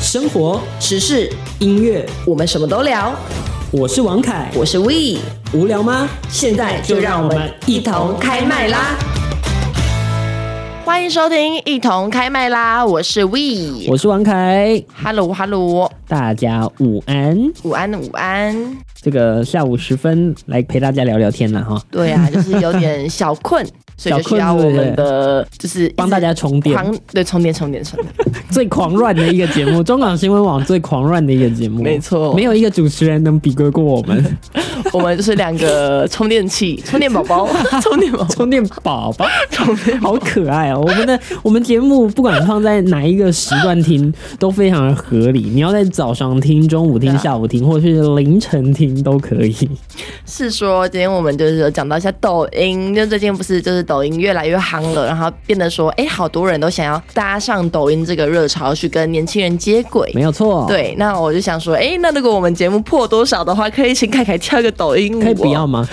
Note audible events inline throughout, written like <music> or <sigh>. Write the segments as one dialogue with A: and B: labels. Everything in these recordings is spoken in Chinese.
A: 生活、
B: 时事，
A: 音乐，
B: 我们什么都聊。
A: 我是王凯。
B: 我是 We，
A: 无聊吗？
B: 现在就让我们一同开麦啦！欢迎收听《一同开麦啦》，我是 We。
A: 我是王凯，
B: Hello Hello，
A: 大家午安。
B: 午安午安。
A: 这个下午时分来陪大家聊聊天了 <laughs> 哈，
B: 对 <laughs> 啊，就是有点小困，所以就需要
A: 小困
B: 我
A: 是不是
B: 们的就是一直
A: 帮大家充电。
B: 狂对充电充电充电。
A: 最狂乱的一个节目，中港新闻网最狂乱的一个节目，
B: 没错
A: <laughs> 没有一个主持人能比得过我 <laughs> 们
B: 我们就是两个充电器，充电宝 <laughs> 宝，充电宝宝，
A: 充电宝宝。
B: 充电宝
A: 好可爱哦！我们的我们节目不管放在哪一个时段听，都非常的合理。你要在早上听、中午听、
B: 对啊
A: 下午听，或是凌晨听都可以。
B: 是说，今天我们就是有讲到一下抖音，就最近不是就是抖音越来越夯了，然后变得说，哎、好多人都想要搭上抖音这个热潮，去跟年轻人接轨。
A: 没有错，，
B: 对，那我就想说，哎、那如果我们节目破多少的话，可以请凯凯跳一个抖音舞、
A: 可以不要，吗？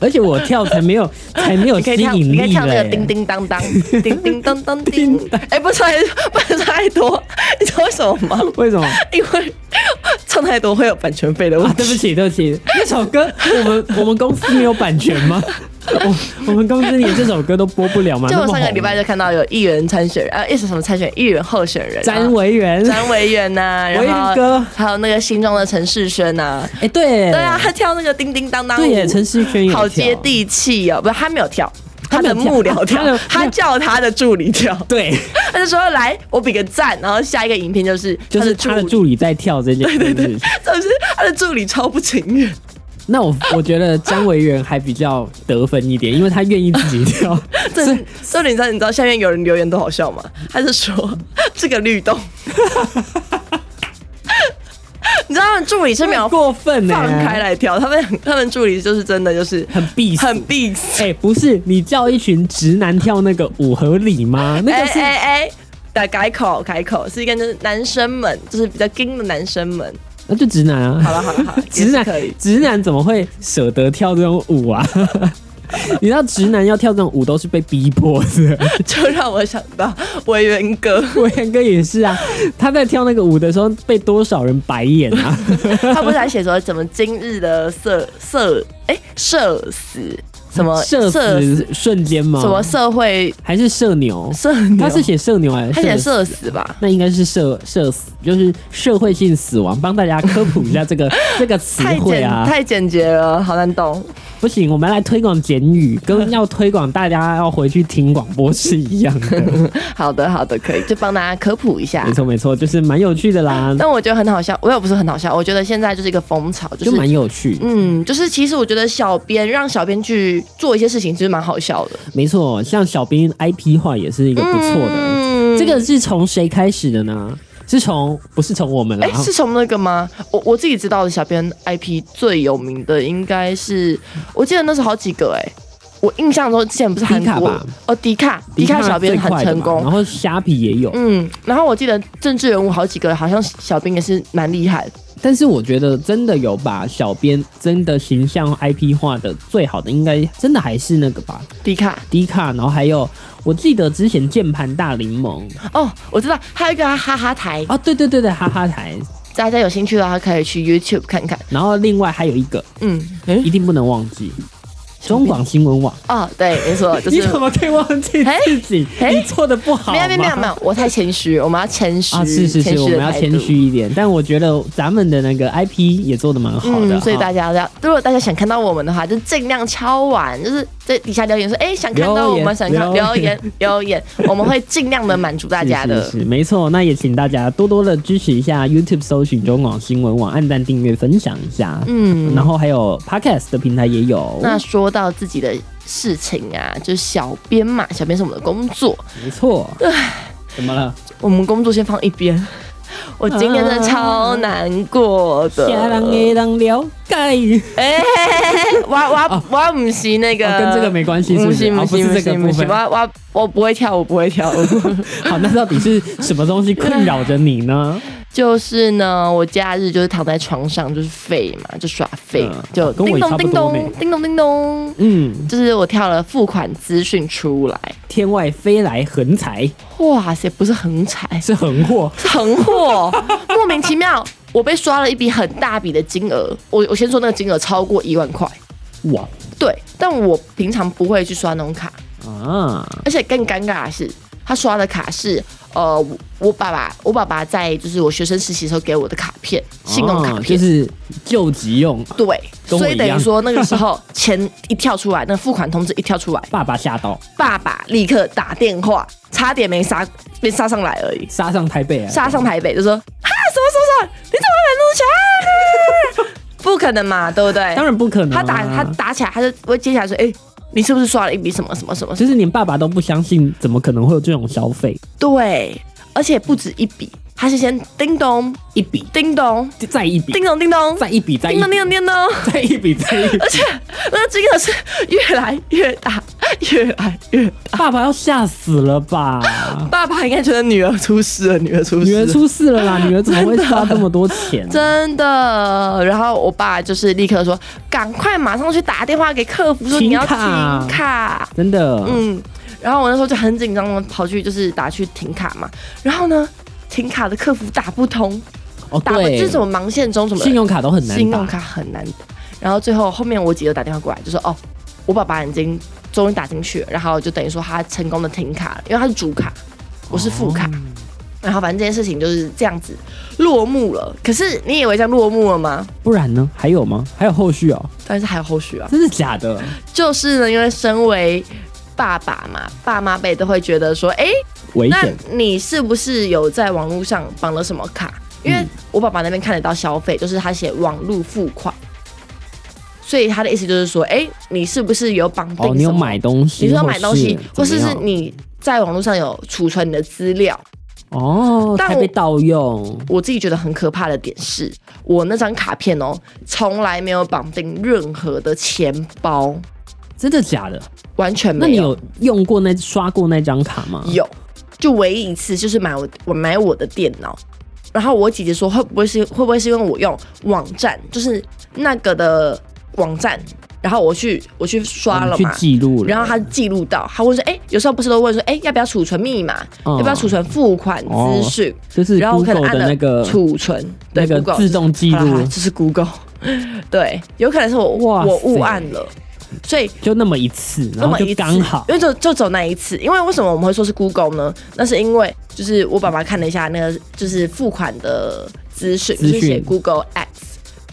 A: 而且我 <laughs> 跳才没有才没有
B: 你可
A: 吸
B: 以跳，
A: 引
B: 你可以
A: 力
B: 跳那个叮
A: 嘞。
B: 叮当当，叮叮当当叮。哎、不是，不是太多，你知道为什么吗？
A: 为什么？
B: 因为唱太多会有版权费的问
A: 啊，
B: 题。
A: 对不起，对不起，那首歌我们我们公司没有版权 <laughs> 吗？我我们公司连这首歌都播不了吗？
B: 就
A: 那
B: 我
A: 么
B: 上个
A: 红
B: 礼拜就看到有议员参选人，呃，一是什么参选议员候选人，然
A: 詹
B: 后
A: 维
B: <laughs>
A: 园，
B: 詹维远
A: <laughs>
B: 呐，
A: 维
B: 然后
A: 哥
B: 还有那个新庄的陈世轩呐，
A: 哎，对，
B: 对啊，，他跳那个叮叮当当舞，
A: 对耶，陈世轩也
B: 好
A: 跳
B: 接地气哦，不是他没有跳。
A: 他
B: 他
A: 没有
B: 的
A: 跳
B: 幕僚
A: 他的
B: 跳，他叫他的助理跳， <laughs>
A: 对。
B: 他就说：“来，我比个赞。”然后下一个影片就是
A: 就是
B: 他
A: 他
B: 的
A: 的
B: 助理，
A: 助理在跳这件事。
B: 就是他的助理超不情愿，
A: 那我我觉得张维源还比较得分一点，因为他愿意自己
B: <laughs>
A: 跳。
B: 这这你知道你知道下面有人留言多好笑吗？他是说 <laughs> 这个律
A: <laughs>
B: 动，你知道他们助理是没有
A: 很过分呢、
B: 放开来跳，他们他们助理就是真的就是
A: 很必死。
B: 很必死。
A: 哎、不是你叫一群直男跳那个舞合理
B: <laughs>
A: 吗？那
B: 哎
A: 个是、
B: 哎哎，的改口改口是一个就是男生们，就是比较硬的男生们。
A: 那就直男啊，
B: 好了好了
A: <laughs>
B: 好了，
A: 直男
B: 也是可以。 <laughs>
A: 直男怎么会舍得跳这种舞啊？ <laughs> 你知道直男要跳这种舞都是被逼迫
B: <laughs>
A: 的，
B: 就让我想到维园哥，
A: 维源哥也是啊，他在跳那个舞的时候被多少人白眼啊？
B: 他不是还写说怎么今日的社社哎社死什么
A: 社
B: 社死
A: 死瞬间吗？
B: 什么社会
A: 还是社牛？
B: 社牛，
A: 他是写社牛还是
B: 他写
A: 社？
B: 社死吧？
A: 那应该是社社死，就是社会性死亡。帮大家科普一下这个 <laughs> 这个词
B: 太
A: 汇
B: 简、
A: 啊，
B: 太简洁了，好难懂。
A: 不行，我们来推广简语，跟要推广大家要回去听广播是一样
B: <laughs>
A: 的。
B: 好的好的，可以就帮大家科普一下
A: 没。错没错，就是蛮有趣的啦，
B: 但我觉得很好笑，我也不是很好笑，我觉得现在就是一个风潮，就
A: 就是蛮有趣。
B: 嗯，就是其实我觉得小编让小编去做一些事情，其实蛮好笑的，
A: 没错，像小兵 IP 化也是一个不错的。
B: 嗯
A: 这个是从谁开始的呢？是从不是从我们啦
B: 哎、？是从那个吗？我我自己知道的小编 IP 最有名的应该是，我记得那是好几个哎、我印象中之前不是韩
A: 迪卡
B: 国
A: 吧
B: 哦迪卡迪卡小编
A: 最
B: 很
A: 快的
B: 成
A: 嘛
B: 功
A: 然，后虾皮也有。
B: 嗯，然后我记得政治人物好几个，好像小兵也是蛮厉害的。
A: 但是我觉得真的有把小编真的形象 IP 化的最好的，应该真的还是那个吧，
B: 迪卡
A: 迪卡，然后还有我记得之前键盘大柠檬
B: 哦，我知道，还有一个哈哈台，
A: 啊，对对对对，哈哈台，
B: 大家有兴趣的话可以去 YouTube 看看。
A: 然后另外还有一个
B: 嗯，诶
A: 一定不能忘记，中广新闻网。
B: 哦，对，没错，就是
A: 你怎么可以忘记自己？
B: 哎哎
A: 你做的不好
B: 没
A: 吗
B: 有没有没有没有，我太谦虚，我们要谦虚，
A: 啊，是是
B: 谦
A: 是，
B: 虚
A: 我
B: 的
A: 们要
B: 态
A: 谦
B: 度。
A: 虚一点。但我觉得咱们的那个 IP 也做的蛮好的，
B: 嗯，所以
A: 啊
B: 大家要，如果大家想看到我们的话，就尽量敲完，就是在底下留言说，哎、想看到我
A: 留言
B: 们，想看
A: 留
B: <laughs> 留
A: 言
B: 言留言，我们会尽量的满足大家的。
A: <laughs> 是是是没错。那也请大家多多的支持一下 YouTube 搜寻中广新闻网，按赞、订阅、分享一下。
B: 嗯，
A: 然后还有 Podcast 的平台也有，
B: 那说到自己的事情啊，就是小编嘛，小编是我们的工作，
A: 没错。怎么了？
B: 我们工作先放一边。 <laughs> 我今天真的
A: 啊
B: 超难过
A: <laughs>
B: 的，
A: 下人的人了解，
B: 哎、我我我不是那个，
A: 哦跟这个没关系是
B: 不
A: 不是
B: 是
A: 哦
B: 嗯不
A: 不
B: 是
A: 是
B: 不
A: 这个
B: 是不
A: 部
B: 是，
A: 分
B: 我我
A: <laughs>
B: 我不会跳舞，不会跳舞。
A: 好，那到底是什么东西困扰着你呢？
B: 就是呢，我假日就是躺在床上就是废嘛，就耍废，
A: 嗯
B: 就
A: 跟我
B: 叮
A: 也差
B: 咚
A: 不
B: 叮
A: 多
B: 咚
A: 呢
B: 叮咚叮咚，
A: 嗯，
B: 就是我跳了付款资讯出来，
A: 天外飞来横财
B: 哇塞，不是横财，
A: 是横祸，
B: 是横
A: <laughs>
B: 祸，莫名其妙。我被刷了一笔很大笔的金额，我我先说那个金额超过一万块，
A: 哇
B: 对，但我平常不会去刷那种卡，
A: 啊，
B: 而且更尴尬的是，他刷的卡是呃，我我爸爸，我爸爸在就是我学生实习的时候给我的卡片，信用卡
A: 啊
B: 片，
A: 就是救急用，
B: 对，
A: 跟我
B: 所以
A: 一
B: 等于
A: 样
B: 说那个时候钱一跳出来，那付款通知一跳出来，
A: 爸爸吓到
B: 爸爸立刻打电话，差点没杀被杀上来而已，
A: 杀上台北啊，
B: 杀上台北就说啊什么什么什么，你怎么买那么钱？啊不可能嘛，对不对？
A: 当然啊不可能、
B: 他打他。打起来，他就会接下来说，哎、你是不是刷了一笔什么什么什么？
A: 就是连爸爸都不相信，怎么可能会有这种消费？
B: 对，而且不止一笔，他是先叮咚
A: 一笔
B: 叮咚
A: 再一笔
B: 叮咚叮咚
A: 再一笔再一
B: 叮咚
A: 笔
B: 叮咚叮咚，
A: 再一笔再一笔，
B: <laughs> 而且那个金额是越来越大，越来越大。
A: 爸爸要吓死了吧？
B: <laughs> 爸爸应该觉得女儿出事了，女儿出
A: 女
B: 事
A: 儿
B: 了。
A: 出事了
B: <laughs>
A: 啦！女儿怎么会花这么多钱？
B: 真的，然后我爸就是立刻说：“赶快马上去打电话给客服，说
A: 停
B: 你要停
A: 卡
B: 卡。”
A: 真的，哦
B: 嗯，然后我那时候就很紧张，我跑去就是打去停卡嘛，然后呢，停卡的客服打不通，
A: 哦
B: 嗯打不就
A: 对，
B: 是什么盲线中什么的
A: 信用卡都很难打，
B: 信用卡很难打。然后最后后面我姐又打电话过来，就说哦，我爸爸已经终于打进去了，然后就等于说他成功的停卡了，因为他是主卡，我是副
A: 哦
B: 卡。然后反正这件事情就是这样子落幕了。可是你以为这样落幕了吗？
A: 不然呢？还有吗？还有后续哦？
B: 但是还有后续啊，
A: 真的假的？
B: 就是呢，因为身为爸爸嘛，爸妈辈都会觉得说，哎，
A: 危
B: 那
A: 险
B: 你是不是有在网络上绑了什么卡？因
A: 嗯
B: 为我爸爸那边看得到消费，就是他写网络付款，所以他的意思就是说，哎、你是不是有绑定什么？
A: 哦！你有买东西，
B: 你是有买东西，
A: 或
B: 或是
A: 怎么
B: 是
A: 样
B: 你在网络上有储存你的资料？
A: 哦，
B: 但
A: 还
B: 我
A: 被盗用，
B: 我自己觉得很可怕的点是，我那张卡片哦，从来没有绑定任何的钱包，
A: 真的假的？
B: 完全
A: 那你
B: 没有。
A: 有用过那刷过那张卡吗？
B: 有，就唯一一次就是买我我买我的电脑，然后我姐姐说会不会是会不会是因为我用网站，就是那个的网站，然后我去我去刷了
A: 哦你去
B: 嘛。
A: 记录了，
B: 然后她记录到，她问说：“哎、有时候不是都问说，哎、要不要储存密码？
A: 嗯
B: 要不要储存付款
A: 哦
B: 资讯？
A: 就是
B: 然后我可能
A: Google
B: 按
A: 的
B: 了
A: 那个
B: 储存，对
A: 那个
B: Google
A: 自动记
B: 好啦好啦
A: 录，
B: 这是 Google，对，有可能是我
A: 哇
B: 我误
A: 塞
B: 按了，所以
A: 就那么一次，
B: 那
A: 然后
B: 么一
A: 就
B: 次
A: 刚
B: <laughs>
A: 好
B: 因为就就走那一次。因为为什么我们会说是 Google 呢？那是因为就是我爸爸看了一下那个就是付款的资讯，就
A: 资讯
B: 是写 Google X。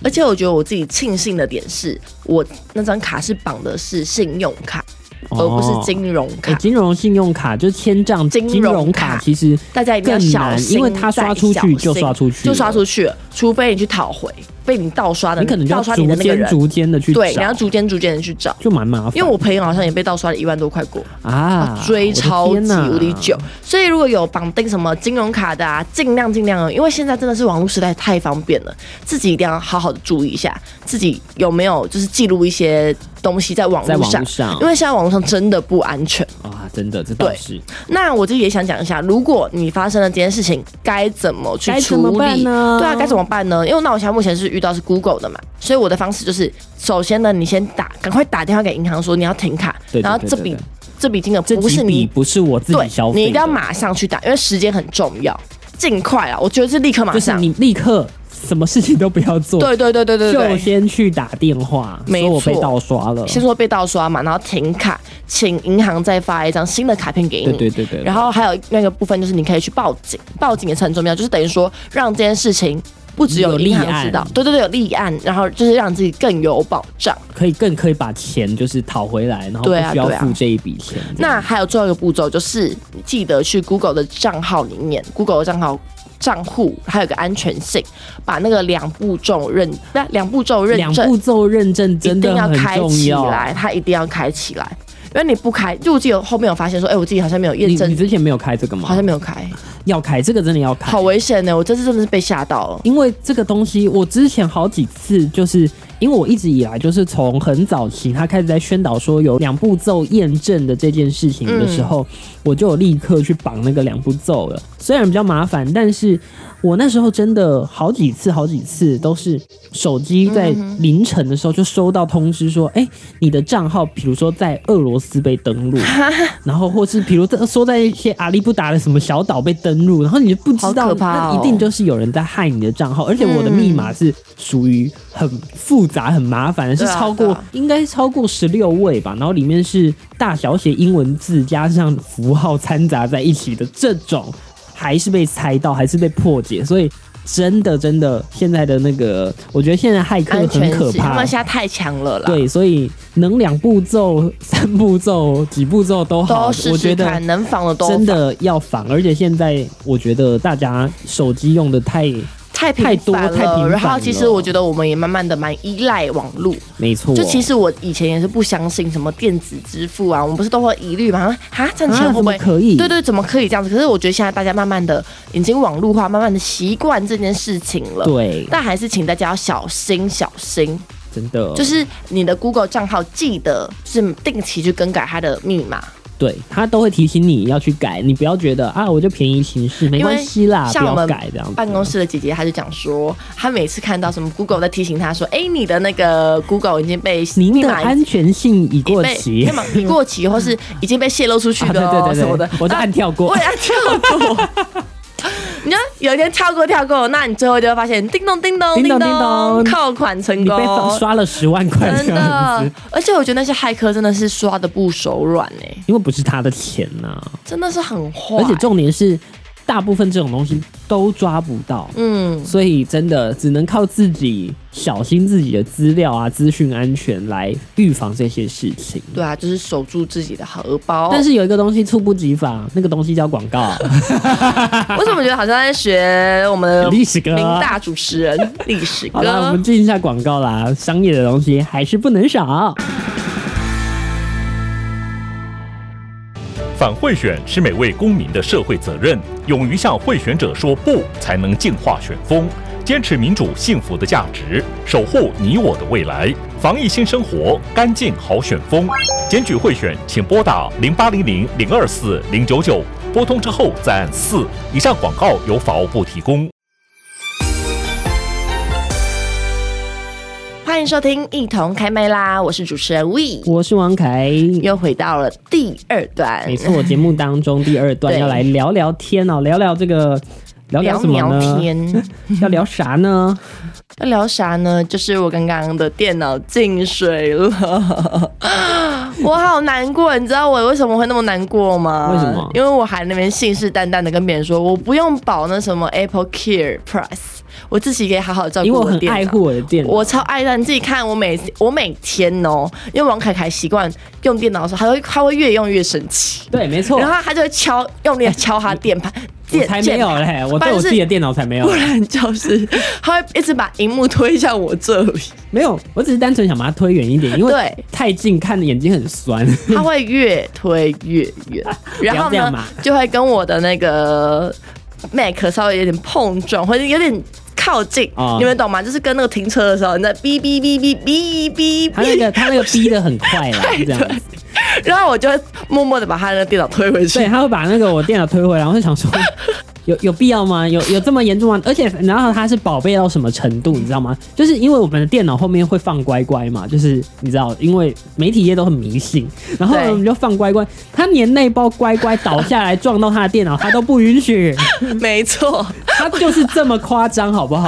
B: 而且我觉得我自己庆幸的点是，我那张卡是绑的是信用卡，而不是
A: 哦
B: 金融卡。
A: 欸金融信用卡就是千账
B: 金融
A: 卡，
B: 卡
A: 其实
B: 大家一定要
A: 更
B: 小
A: 难，
B: 心，
A: 因为它刷出去就刷出去，
B: 就刷出，去了，除非你去讨回，被你盗刷的，
A: 你可能就要
B: 盗刷你
A: 逐
B: 的那个
A: 渐
B: 人，
A: 逐渐的去
B: 对，
A: 找
B: 你要逐渐逐渐的去找。
A: 就蛮麻烦，
B: 因为我朋友好像也被盗刷了一万多块过。
A: 啊
B: 追超级无
A: 我的
B: 敌，久
A: 天哪，
B: 所以如果有绑定什么金融卡的啊，尽量尽量哦，因为现在真的是网络时代太方便了，自己一定要好好的注意一下，自己有没有就是记录一些东西在网
A: 在
B: 络
A: 网
B: 上
A: 络，上，
B: 因为现在网络上真的不安全。
A: 啊，真的这倒
B: 对
A: 是
B: 那我自己也想讲一下，如果你发生了这件事情，该怎么去
A: 该
B: 处
A: 怎么办
B: 理？
A: 呢？
B: 对啊，该怎
A: 么
B: 么办呢？因为那我现在目前是遇到是 Google 的嘛，所以我的方式就是，首先呢，你先打，赶快打电话给银行说你要停卡，
A: 对对
B: 然后这
A: 对对
B: 笔
A: 对
B: 这笔金额
A: 这
B: 不是
A: 几
B: 你
A: 笔不是我自
B: 对
A: 己消，费的，
B: 你一定要马上去打，因为时间很重要，尽快啊！我觉得是立刻马
A: 就是
B: 上。
A: 你立刻什么事情都不要做，
B: 对对对对对
A: 就
B: 对。
A: 先去打电话，
B: 没
A: 说我被
B: 错
A: 盗刷了，
B: 先说被盗刷嘛，然后停卡，请银行再发一张新的卡片给你。
A: 对对对对，
B: 然后还有那个部分就是你可以去报警，报警也是很重要，就是等于说让这件事情不只有
A: 有
B: 银
A: 立
B: 行
A: 案
B: 知道，对对对，有立案，然后就是让自己更有保障。
A: 可以更可以把钱就是讨回来，然后不
B: 对啊
A: 需要
B: 对啊
A: 付这一笔钱。
B: 那还有最后一个步骤就是记得去 Google 的账号里面，Google 的账号。账户还有个安全性，把那个两步骤认那两步骤认
A: 两
B: 证
A: 步骤认证
B: 一
A: 真
B: 定
A: 的
B: 要
A: 很
B: 开
A: 重
B: 起
A: 要。
B: 来，它一定要开起来，因为你不开，就我记得后面有发现说，哎、我自己好像没有验
A: 你你
B: 证，
A: 之前没有开这个
B: 好
A: 吗？
B: 像没有开，
A: 要开这个真的要开，
B: 欸好危险呢、我这次真的是被吓到了。
A: 因为这个东西我之前好几次就是因为我一直以来就是从很早期他开始在宣导说有两步骤验证的这件事情的时候，
B: 嗯
A: 我就有立刻去绑那个两步骤了。虽然比较麻烦，但是我那时候真的好几次、好几次都是手机在凌晨的时候就收到通知说，哎、你的账号比如说在俄罗斯被登录， <laughs> 然后或是比如在说在一些阿里不达的什么小岛被登录，然后你就不知
B: 好
A: 道，
B: 可怕
A: 那
B: 哦
A: 一定就是有人在害你的账号，而且我的密码是属于很复杂、很麻烦的，是
B: 嗯对啊
A: 超
B: 对
A: 过
B: 啊
A: 应该超过十六位吧，然后里面是大小写英文字加上符号掺杂在一起的这种，还是被猜到，还是被破解，所以。真的，真的，现在的那个，我觉得现在骇客
B: 安
A: 很
B: 哎全
A: 可
B: 性，他
A: 怕。
B: 们现在太强了啦。，
A: 对，所以能两步骤、三步骤、几步骤都好，
B: 都试
A: 我觉
B: 试
A: 得
B: 看，能防的都
A: 真
B: 防
A: 的要防。而且现在我觉得大家手机用的太
B: 太频
A: 太多
B: 繁
A: 太频繁
B: 了。然后其实
A: 了
B: 我觉得我们也慢慢的蛮依赖网络，
A: 没错，
B: 就其实我以前也是不相信什么电子支付啊，我们不是都会疑虑嘛？啊，这样钱
A: 啊
B: 会
A: 怎
B: 不会？
A: 么可以？
B: 对对，怎么可以这样子？可是我觉得现在大家慢慢的已经网络化，慢慢的习惯这件事情了。，
A: 对，
B: 但还是请大家要小心小心，
A: 真的
B: 就是你的 Google 账号记得就是定期去更改它的密码。
A: 对他都会提醒你要去改，你不要觉得啊我就便宜行事，没
B: 因为
A: 关系啦，不
B: 像我
A: 要
B: 们
A: 改这样子。啊
B: 办公室的姐姐，她就讲说，她每次看到什么 Google 在提醒她说，哎、你的那个 Google 已经被
A: 您
B: 密
A: 的
B: 码已经
A: 安全性已过
B: 被
A: 期
B: 密。码已过期，或是已经被泄露出去
A: 啊，对
B: 的、哦
A: 对
B: 什么
A: 对
B: 的
A: 对，，我都
B: 啊
A: 按跳过
B: 我。也要跳过。你看，有一天跳过跳过，那你最后就会发现，叮咚叮咚
A: 叮咚
B: 咚
A: 叮咚
B: 扣款成
A: 你被放
B: 功，
A: 刷了十万块
B: 真
A: 这样
B: 的
A: 子，。
B: 而且我觉得那些骇客真的是刷的不手软哎、
A: 因为不是他的钱呐、
B: 真的是很坏。
A: 而且重点是，大部分这种东西都抓不到，
B: 嗯，
A: 所以真的只能靠自己小心自己的资料啊、资讯安全来预防这些事情。
B: 对啊，就是守住自己的荷包。
A: 但是有一个东西猝不及防，那个东西叫广
B: <laughs>
A: 告。 <laughs>
B: 我怎么觉得好像在学我们的
A: 历史哥
B: 明大主持人历史
A: 好了，我
B: 哥
A: 们？进一下广告啦，商业的东西还是不能少。
C: 反贿选是每位公民的社会责任，勇于向贿选者说不，才能净化选风，坚持民主幸福的价值，守护你我的未来，防疫新生活，干净好选风。检举贿选，请拨打零八零零零二四零九九，拨通之后再按四。以上广告由法务部提供。
B: 欢迎收听《一同开麦啦》，我是主持人 We，
A: 我是王凯。
B: 又回到了第二段。
A: 没错，节目当中第二段
B: 对
A: 要来聊聊天哦，聊聊这个，聊聊
B: 聊
A: 什么
B: 聊
A: 呢？
B: 天。
A: 要聊啥呢？
B: 要聊啥呢？就是我刚刚的电脑进水了， <laughs> 我好难过。你知道我为什么会那么难过吗？
A: 为什么
B: 因为我还那边信誓旦旦的跟别人说，我不用保那什么 Apple Care Plus，我自己可以好好照顾
A: 因为我
B: 我
A: 很
B: 的电
A: 爱
B: 脑。
A: 护我的电脑。
B: 我超爱的，你自己看，我每我每天哦，因为王凯凯习惯用电脑的时候，他会他会越用越生气，
A: 对，没错。
B: 然后他就会敲用力地敲他键盘，
A: 哦我
B: 键
A: 才
B: 键
A: 没有
B: 盘
A: 嘞，我
B: 不然
A: 对我
B: 就是
A: 自己的电脑才没有
B: <laughs> 不。然就是他会一直把荧幕推向我这里，
A: 没有，我只是单纯想把它推远一点，因为
B: 对
A: 太近看的眼睛很
B: <laughs>
A: 酸。
B: 他会越推越 <laughs> 远，然后
A: 不要这样嘛
B: 呢就会跟我的那个 Mac 稍微有点碰撞，或者有点。靠近，
A: 啊
B: 你们懂吗？就是跟那个停车的时候，你在哔哔哔哔哔哔
A: 他那
B: 哔，
A: 个他那个逼的很快啦，这样子。
B: 然后我就会默默的把他的电脑推回
A: 对，
B: 去。
A: 他会把那个我电脑推回来，我就想
B: <laughs>
A: 说。有有必要吗？有有这么严重吗？而且，然后他是宝贝到什么程度，你知道吗？就是因为我们的电脑后面会放乖乖嘛，就是你知道，因为媒体业都很迷信，然后
B: 对
A: 我们就放乖乖，他连那包乖乖倒下来撞到他的电脑，他都不允
B: <laughs>
A: 许，
B: 没错，
A: 他就是这么夸张，好不
B: <laughs>
A: 好？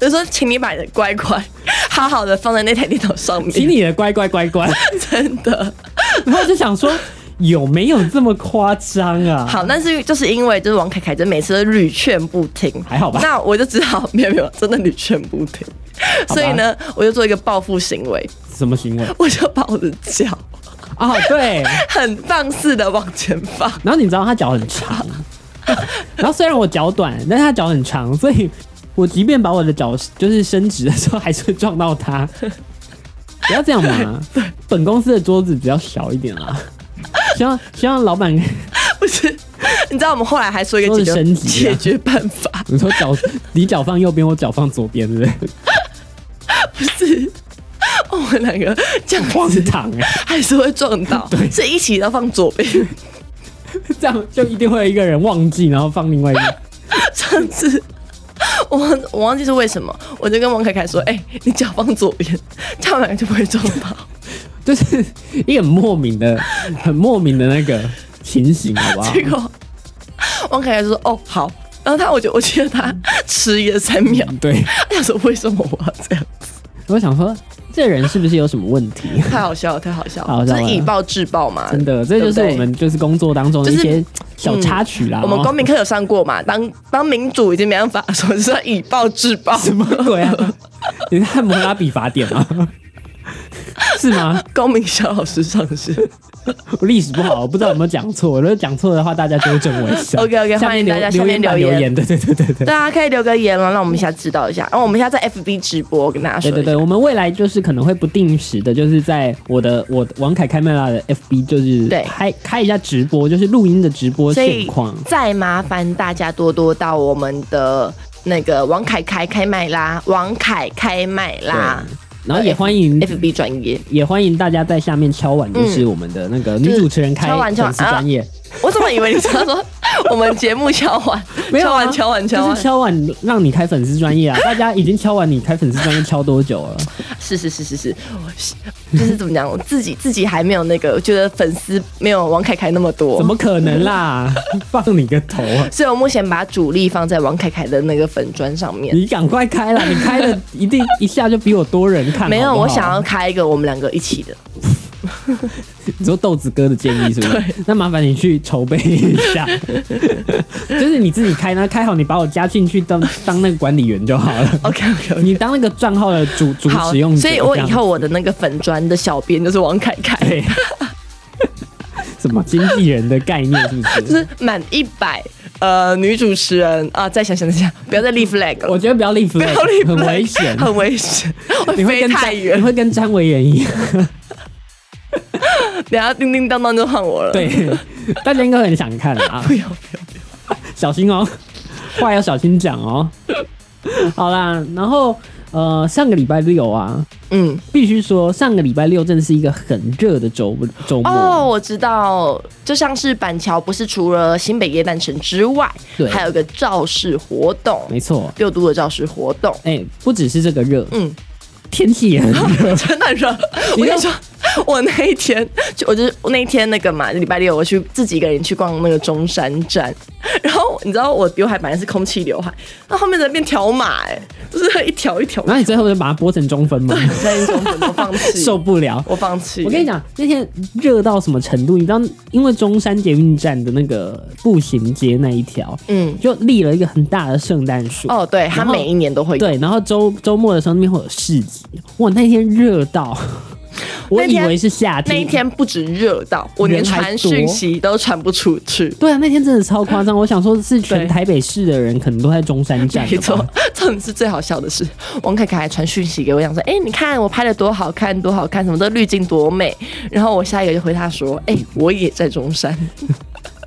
B: 我就说，请你把你的乖乖好好的放在那台电脑上
A: 请
B: 面。
A: 你的乖乖乖乖。
B: <laughs> 真的
A: 然后就想说，有没有这么夸张啊？
B: 好，但是就是因为就是王凯凯，就每次都屡劝不听，
A: 还好吧，
B: 那我就只好没有没有，真的屡劝不听。
A: 吧
B: 所以呢，我就做一个报复行为， <laughs>
A: 什么行为
B: 我就把我的脚 <laughs>
A: 啊、
B: 哦
A: 对，
B: 很放肆的往前放， <laughs>
A: 然后你知道他脚很长， <laughs> 然后虽然我脚短，但是他脚很长，所以我即便把我的脚就是伸直的时候，还是会撞到他。不要这样嘛，本公司的桌子比较小一点啦。希望希望老板，
B: 不是？你知道我们后来还说一个
A: 都
B: 解
A: 是
B: 决
A: 升级啊
B: 解决办法，
A: 你说脚你脚放右边，我脚放左边，对不对？
B: 不是？ <laughs> 哦，我们两个这样
A: 荒
B: 子
A: 唐哎、
B: 还是会撞
A: <laughs>
B: 到，是一起要放左边。 <laughs>
A: 这样就一定会有一个人忘记，然后放另外一个。
B: 上次我忘我忘记是为什么，我就跟王凯凯说：“哎、你脚放左边，这样我们两个就不会撞到。
A: 就是一个很莫名的、很莫名的那个情形，好不”好？
B: 结果王凯凯就说：“哦，好。”然后他，我觉得我记得他迟疑了三秒，
A: 对，
B: 他想说：“为什么我要这样？
A: 我想说，这人是不是有什么问题？
B: 太好笑了，太好笑
A: 好
B: 了！
A: 笑
B: 就
A: 了
B: 是以暴制暴嘛，
A: 真的，这就是
B: 对不对
A: 我们就是工作当中的一些小插曲啦。
B: 我们
A: 哦
B: 公民课有上过嘛？当当民主已经没办法说，就是要以暴制暴。
A: 什么鬼啊？你是看摩拉比法典吗？是吗？
B: 公民小老师上市。 <laughs>
A: 我历史不好，我不知道有没有讲错。如果讲错的话，大家纠正我一下。
B: OK，OK，
A: 下
B: 欢
A: 面
B: 迎
A: 留
B: 大家
A: 留言
B: 下
A: 板
B: 面留
A: 留
B: 言
A: 言，对对对对对。
B: 大家可以留个言哦了，让我们一下知道一下。然、哦后我们现在在 FB 直播，我跟大家
A: 对
B: 说一下。
A: 对对，我们未来就是可能会不定时的，就是在我的我王凯开麦拉的 FB，就是
B: 对
A: 开开一下直播，就是录音的直播
B: 所
A: 现
B: 以
A: 况。
B: 再麻烦大家多多到我们的那个王凯凯开麦啦，王凯开麦啦
A: 然后也欢迎
B: FB 专业。
A: 也欢迎大家在下面敲碗，就是我们的那个女主持人开
B: 敲碗敲
A: 粉
B: 碗
A: 丝专业，
B: 我怎么以为你
A: <laughs>
B: 常说我们节目敲完，
A: 没有
B: 敲
A: 啊
B: 完敲完敲
A: 就
B: 完
A: 是，敲碗让你开粉丝专业啊！ <laughs> 大家已经敲完你开粉丝专业敲多久了？
B: 是是是是是，我是就是怎么讲，我自己自己还没有那个，我觉得粉丝没有王凯凯那么多
A: 怎。么可能啦？ <laughs> 放你个头啊！
B: 所以我目前把主力放在王凯凯的那个粉砖上面。
A: 你赶快开
B: <laughs>
A: 啦！你开了一定一下就比我多人看。
B: 没有，
A: 好不好
B: 我想要开一个我们两个一起的。
A: 你说豆子哥的建议是不是？那麻烦你去筹备一
B: <laughs>
A: 下，就是你自己开呢，开好你把我加进去当当那个管理员就好了。
B: OK OK OK。
A: 你当那个账号的主主
B: 好
A: 使用，者这样，
B: 所以我以后我的那个粉砖的小编就是王凯凯， <laughs>
A: 对，什么经纪人的概念是不是？
B: 就是满一百呃女主持人啊，再想想再想，不要再立 flag <laughs> 了，
A: 我觉得不要立 f
B: 不要立 flag，
A: 很危险，
B: 很危险，
A: 你会
B: 会飞
A: 跟
B: 太
A: 詹你
B: 远。
A: 会跟詹维元
B: <laughs>
A: 一样，
B: 等下叮叮当当就换我了。，
A: 对，大家应该很想看啊
B: 不，要不要，
A: 小心
B: <laughs>
A: 哦，话要小心讲哦。好啦，然后呃，上个礼拜六啊，
B: 嗯，
A: 必须说上个礼拜六真的是一个很热的周周末，
B: 哦，我知道，就像是板桥，不是除了新北耶诞城之外
A: 对，
B: 还有一个造势活动，
A: 没错。
B: 六都的造势活动。 <laughs>
A: 哎、不只是这个热，
B: 嗯，，
A: 天气也很热 <laughs>
B: 真的热。我
A: 你
B: 跟
A: 要
B: 你说，我那一天就我就是我那一天那个嘛，礼拜六我去自己一个人去逛那个中山站，然后你知道我刘海本来是空气刘海，那后面的变条码、哎，就是一条一条。
A: 然后你最后就把它剥成中分吗？
B: 那一种我放
A: <laughs>
B: 弃，
A: 受不了。
B: 我放弃。
A: 我跟你，讲，那天热到什么程度？你知道，因为中山捷运站的那个步行街那一条，
B: 嗯，
A: 就立了一个很大的圣诞树。
B: 哦，对，他
A: 然后
B: 每一年都会有。
A: 对，然后周周末的时候那边会有市集。哇，那天热
B: <laughs>
A: 到，我
B: 那
A: 以
B: 天
A: 为是夏天。
B: 那一天不止热到，我连
A: 人还
B: 传
A: 多
B: 讯息都传不出去。
A: 对啊，那天真的超夸张。我想说，是全
B: 对
A: 台北市的人可能都在中山站了吧。
B: 没错， <laughs> 这点是最好笑的是，王凯凯还传讯息给我，讲说：“哎、你看我拍的多好看，多好看，什么这滤镜多美。”然后我下一个就回他说：“哎、我也在
A: <laughs>
B: 中山，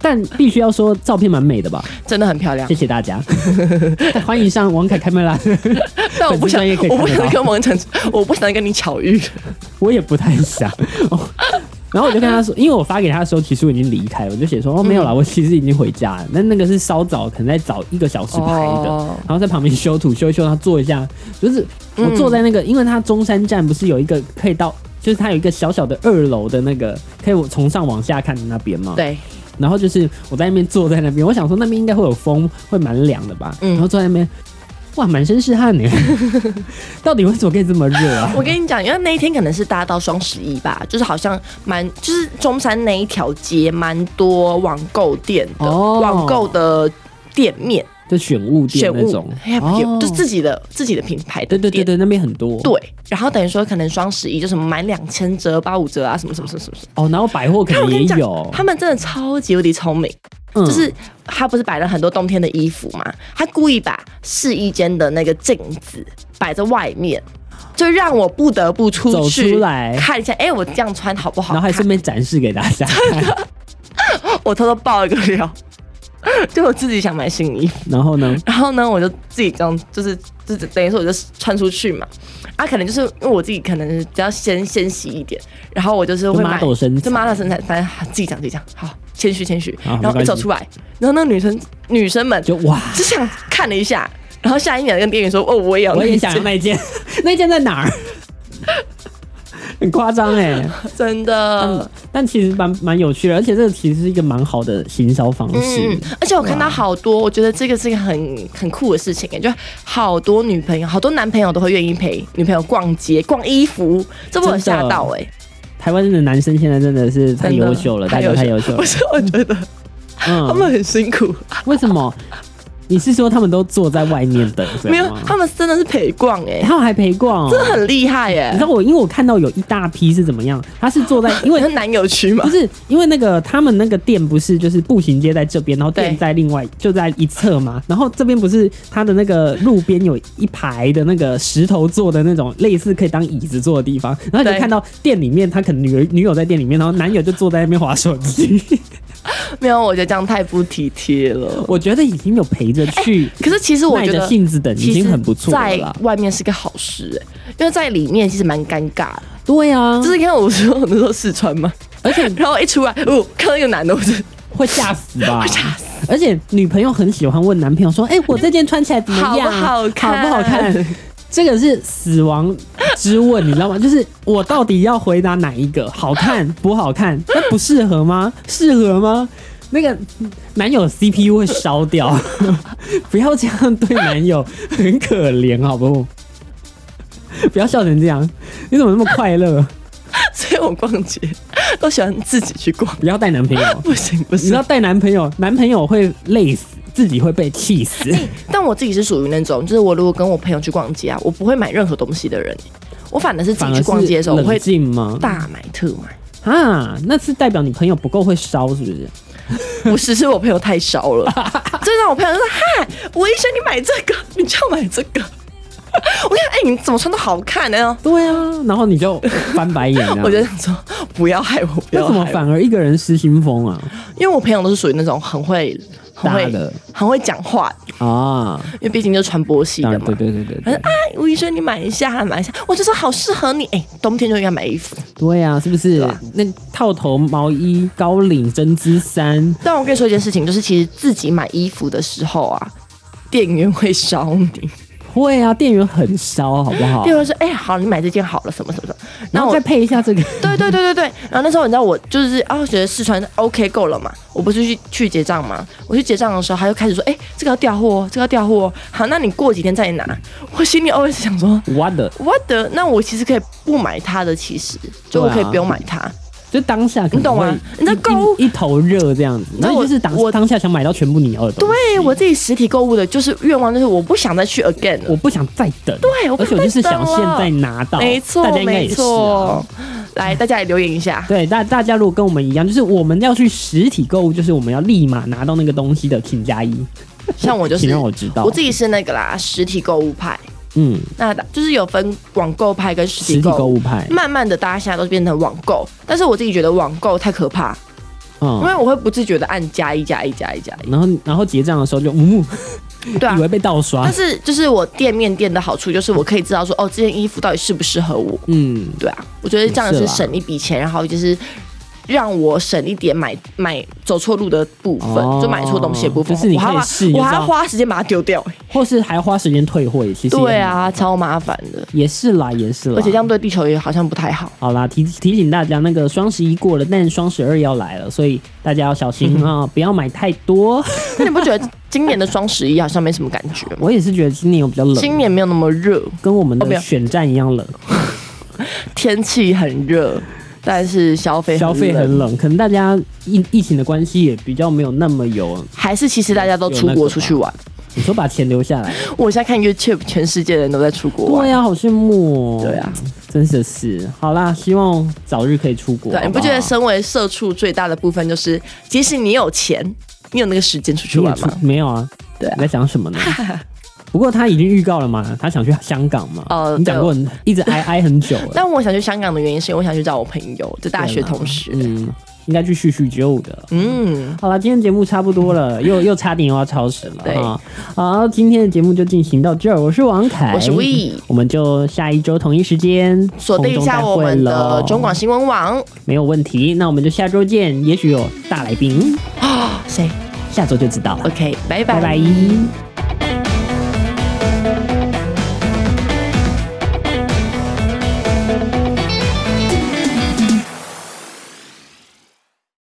A: 但必须要说，照片蛮美的吧？
B: 真的很漂亮
A: 谢。谢大
B: <laughs>
A: 家，欢迎上王凯开麦啦。”
B: 但我不
A: 粉
B: 想
A: 丝专业可以，
B: 我不
A: 看得
B: 想
A: 到
B: 跟王晨，我不想跟你巧遇。
A: 我也不太想。 <laughs> 哦然后我就跟他说，因为我发给他的时候，其实我已经离开了，我就写
B: 嗯
A: 说哦没有啦，我其实已经回家了。那那个是稍早，可能再早一个小时拍的，
B: 哦嗯
A: 然后在旁边修图修一修，他坐一下，就是我坐在那个，因为他中山站不是有一个可以到，就是它有一个小小的二楼的那个，可以我从上往下看的那边嘛。。
B: 对，
A: 然后就是我在那边坐在那边，我想说那边应该会有风，会蛮凉的吧。
B: 嗯
A: 然后坐在那边，哇，满身是汗呢， <laughs> 到底为什么可以这么热啊？
B: 我跟你讲，因为那一天可能是搭到双十一吧，就是好像蛮，就是中山那一条街蛮多网购店的，
A: 哦
B: 网购的店面
A: 就选物店
B: 选
A: 那
B: 物
A: 种，，
B: 哎
A: 哦
B: 就自己的自己的品牌的
A: 对对对
B: 店
A: 对，那边很多。
B: 对，然后等于说可能双十一就什么满两千折、八五折啊，什么什么什么什么。什么
A: 哦，然后百货可
B: 但我
A: 能
B: 跟
A: 也
B: 你讲
A: 有，，
B: 他们真的超级无敌聪明，
A: 嗯
B: 就是他不是摆了很多冬天的衣服嘛，他故意把试衣间的那个镜子摆在外面，就让我不得不出
A: 走
B: 去
A: 出来
B: 看一下，哎，我这样穿好不好
A: 然后还
B: 看？ <laughs>
A: 顺便展示给大家看。
B: 我偷偷爆一个料， <laughs> 就我自己想买新衣服，
A: <laughs> 然后呢？
B: 然后呢，我就自己这样，就是就等于说我就穿出去嘛。啊，可能就是因为我自己可能比较先先洗一点，然后我就是会买
A: 就 model 身材
B: 就 model 身材，反正自己讲自己讲，好谦虚谦虚。
A: 啊没
B: 然后
A: 关
B: 一
A: 系
B: 走出来，然后那个女生女生们
A: 就哇，
B: 只想看了一下，然后下一秒跟店员说：“哦，我也要，
A: 我也
B: 一
A: 想要
B: 件
A: 那一件， <laughs> 那一件在哪儿？ <laughs> 很夸张哎，
B: 真的
A: 嗯，但其实蛮蛮有趣的，而且这个其实是一个蛮好的行销方式
B: 嗯。，而且我看到好多，我觉得这个是一个很很酷的事情欸耶，就好多女朋友、好多男朋友都会愿意陪女朋友逛街、逛衣服，这我有吓到哎、
A: 台湾的男生现在真的是太
B: 真的
A: 优秀了，大
B: 太
A: 家
B: 优秀
A: 太优秀了
B: 不。是，我觉得他
A: 嗯，
B: 们很辛苦，
A: 为什么？你是说他们都坐在外面等着吗？
B: 没有，他们真的是陪逛哎、
A: 他们还陪逛哦、
B: 真的很厉害哎、
A: 你知道我，因为我看到有一大批是怎么样，他是 <laughs> 坐在，因
B: 你
A: 为
B: 是男友区嘛
A: 不，是因为那个他们那个店不是就是步行街在这边，然后店
B: 对
A: 在另外就在一侧嘛，然后这边不是它的那个路边有一排的那个石头做的那种类似可以当椅子坐的地方，然后你就
B: 对
A: 看到店里面他可能女儿女友在店里面，然后男友就坐在那边划手机， <laughs>
B: 没有，我觉得这样太不体贴了。
A: 我觉得已经有陪着去，
B: 可是其实我
A: 耐
B: 觉
A: 着
B: 得
A: 性子等已经很不错了
B: 在
A: 啦。
B: 外面是个好事、哎，因为在里面其实蛮尴尬的。
A: <laughs> 对啊，
B: 就是看我说很多时候试穿嘛，而且 <laughs> 然后一出来，哦，看到一个男的，我就 <laughs>
A: 会吓死吧？
B: 吓死
A: 而且女朋友很喜欢问男朋友说：“哎、我这件穿起来怎么样？啊
B: 好不好看
A: 好不好看？”这个是死亡之问，你知道
B: <laughs>
A: 吗？就是我到底要回答哪一个？好看不好看？那不适合吗？适合吗？那个男友 CPU 会烧掉， <laughs> 不要这样对男友，很可怜，好不好？不要笑成这样，你怎么那么快乐？
B: 所以我逛街都喜欢自己去逛，
A: 不要带男朋友，
B: <laughs> 不行不
A: 你知
B: 行
A: 道。带男朋友，男朋友会累死，自己会被气死。
B: 但哎我自己是属于那种，就是我如果跟我朋友去逛街啊，我不会买任何东西的人，我反而是自
A: 反
B: 己
A: 而
B: 去逛街的时候，我
A: 冷
B: 会
A: 静吗？
B: 大买特买。
A: 啊，那是代表你朋友不够会烧，是不是？
B: 不是，是我朋友太少
A: <laughs>
B: 了，就让我朋友说：“嗨，我也想你买这个，你就要买这个。”我想，哎、你怎么穿都好看呢、
A: 对啊，然后你就翻白眼啊。
B: <laughs> 我就想说，不要害我，不
A: 为
B: 要
A: 什么
B: 害我。
A: 反而一个人失心疯啊？
B: 因为我朋友都是属于那种很会、很
A: 搭
B: 会
A: 的、
B: 很会讲话， <laughs>
A: 啊，
B: 因为毕竟就是传播系
A: 当
B: 的
A: 然，
B: 嘛
A: 对。对对对
B: 他说
A: 对，
B: 啊，吴医生，你买一下，买一下。我就说好适合你，哎、冬天就应该买衣服。
A: 对啊，是不是
B: 啊？
A: 那套头毛衣、高领针织衫，
B: 但我跟你说一件事情，就是其实自己买衣服的时候啊，店员会烧你，
A: 会啊，店员很烧，好不好？
B: 店员会说，哎、好，你买这件好了，什么什么什么。
A: 然
B: 然
A: 后
B: 后我
A: 再，配一下这个，
B: 对对对对对。然后那时候你知道我就是啊，我觉得试穿 OK 够了嘛，我不是去去结账嘛，我去结账的时候，他就开始说，哎、这个要调货哦，这个要调货哦，好，那你过几天再拿。我心里 always 想说。
A: <laughs> 我的，
B: 我的，那我其实可以不买它的，其实就我可以不用买它。
A: 啊就当下可能
B: 你懂吗
A: 会
B: 你在购物
A: 一一头热这样子，
B: 知
A: 然
B: 道
A: 后
B: 我
A: 你就是当
B: 我
A: 当下想买到全部你要的东西，
B: 对我自己实体购物的，就是愿望，就是我不想再去 again 了。
A: 我不想再等，
B: 对我不
A: 而且我就是
B: 再
A: 想
B: 等
A: 现
B: 了
A: 在拿到，
B: 没错
A: 大家，应该
B: 没
A: 也是啊
B: 错。。来，大家也留言一
A: <laughs>
B: 下。
A: 对，大大家如果跟我们一样，就是我们要去实体购物，就是我们要立马拿到那个东西的，请加一。
B: 像我就是
A: 请让我知道，
B: 我自己是那个啦，实体购物派，
A: 嗯，
B: 那就是有分网购派跟实
A: 实
B: 体
A: 体
B: 购
A: 购
B: 物。
A: 物派，
B: 慢慢的，大家现在都变成网购，但是我自己觉得网购太可怕，因
A: 嗯，
B: 为我会不自觉的按加一加一加一加
A: 然后然后结账的时候就嗯，
B: 一，嗯对啊
A: 以，为被盗刷
B: 但，是就是我店面店的好处就是我可以知道说，哦，这件衣服到底适不适合我，
A: 嗯，
B: 对啊，我觉得这样
A: 也是
B: 是
A: 啦
B: 省一笔钱，然后就是让我省一点买买走错路的部分，
A: 哦
B: 就买错东西的部分。
A: 就是你
B: 我还
A: 可以
B: 要
A: 试
B: 我还
A: 你知
B: 要
A: 道
B: 花时间把它丢掉、欸
A: 或是还花时间退货，其实也
B: 对，啊，超麻烦的，
A: 也是啦，也是啦，
B: 而且这样对地球也好像不太好。
A: 好啦，提提醒大家，那个双十一过了，但双十二要来了，所以大家要小
B: <laughs>
A: 心啊、不要买太多。
B: 那你不觉得今年的双十一好像没什么感觉
A: <laughs>
B: 吗？
A: 我也是觉得今年有比较
B: 今
A: 冷，
B: 年没有那么热，
A: 跟我们
B: 哦没
A: 的
B: 有
A: 选战一样冷，
B: 天气很热，但是消费
A: 消费
B: 冷
A: 很冷，可能大家疫疫情的关系也比较没有那么有。
B: 还是其实大家都
A: 有
B: 出
A: 那啊
B: 国
A: 个
B: 出
A: 吧
B: 去玩。
A: 你说把钱留下来，
B: 我现在看 YouTube，全世界的人都在出国玩。
A: 对啊呀、好羡慕哦。
B: 对啊，
A: 真的是。好啦，希望早日可以出国。
B: 对，你不
A: 好好
B: 觉得身为社畜最大的部分就是，即使你有钱，你有那个时间出去
A: 你也
B: 玩
A: 出
B: 吗？
A: 没有啊？
B: 对啊
A: 你在想什么
B: <laughs>
A: 呢？不过他已经预告了嘛，他想去香港嘛。
B: 哦
A: 你讲过一直挨挨很久了。
B: 但我想去香港的原因是因为我想去找我朋友，就大学同学。
A: 嗯，应该去叙叙旧的。
B: 嗯，
A: 好了，今天节目差不多
B: <laughs>
A: 了，又又差点又要超时了。
B: 对
A: 啊，好，今天的节目就进行到这儿。我是王凯，
B: 我是 We
A: 我们就下一周同一时间
B: 锁定一下我们的中广，新闻网
A: 没有问题。那我们就下周见，也许有大来宾，
B: 啊，谁
A: 下周就知道了。
B: ？OK，
A: 拜
B: 拜
A: 拜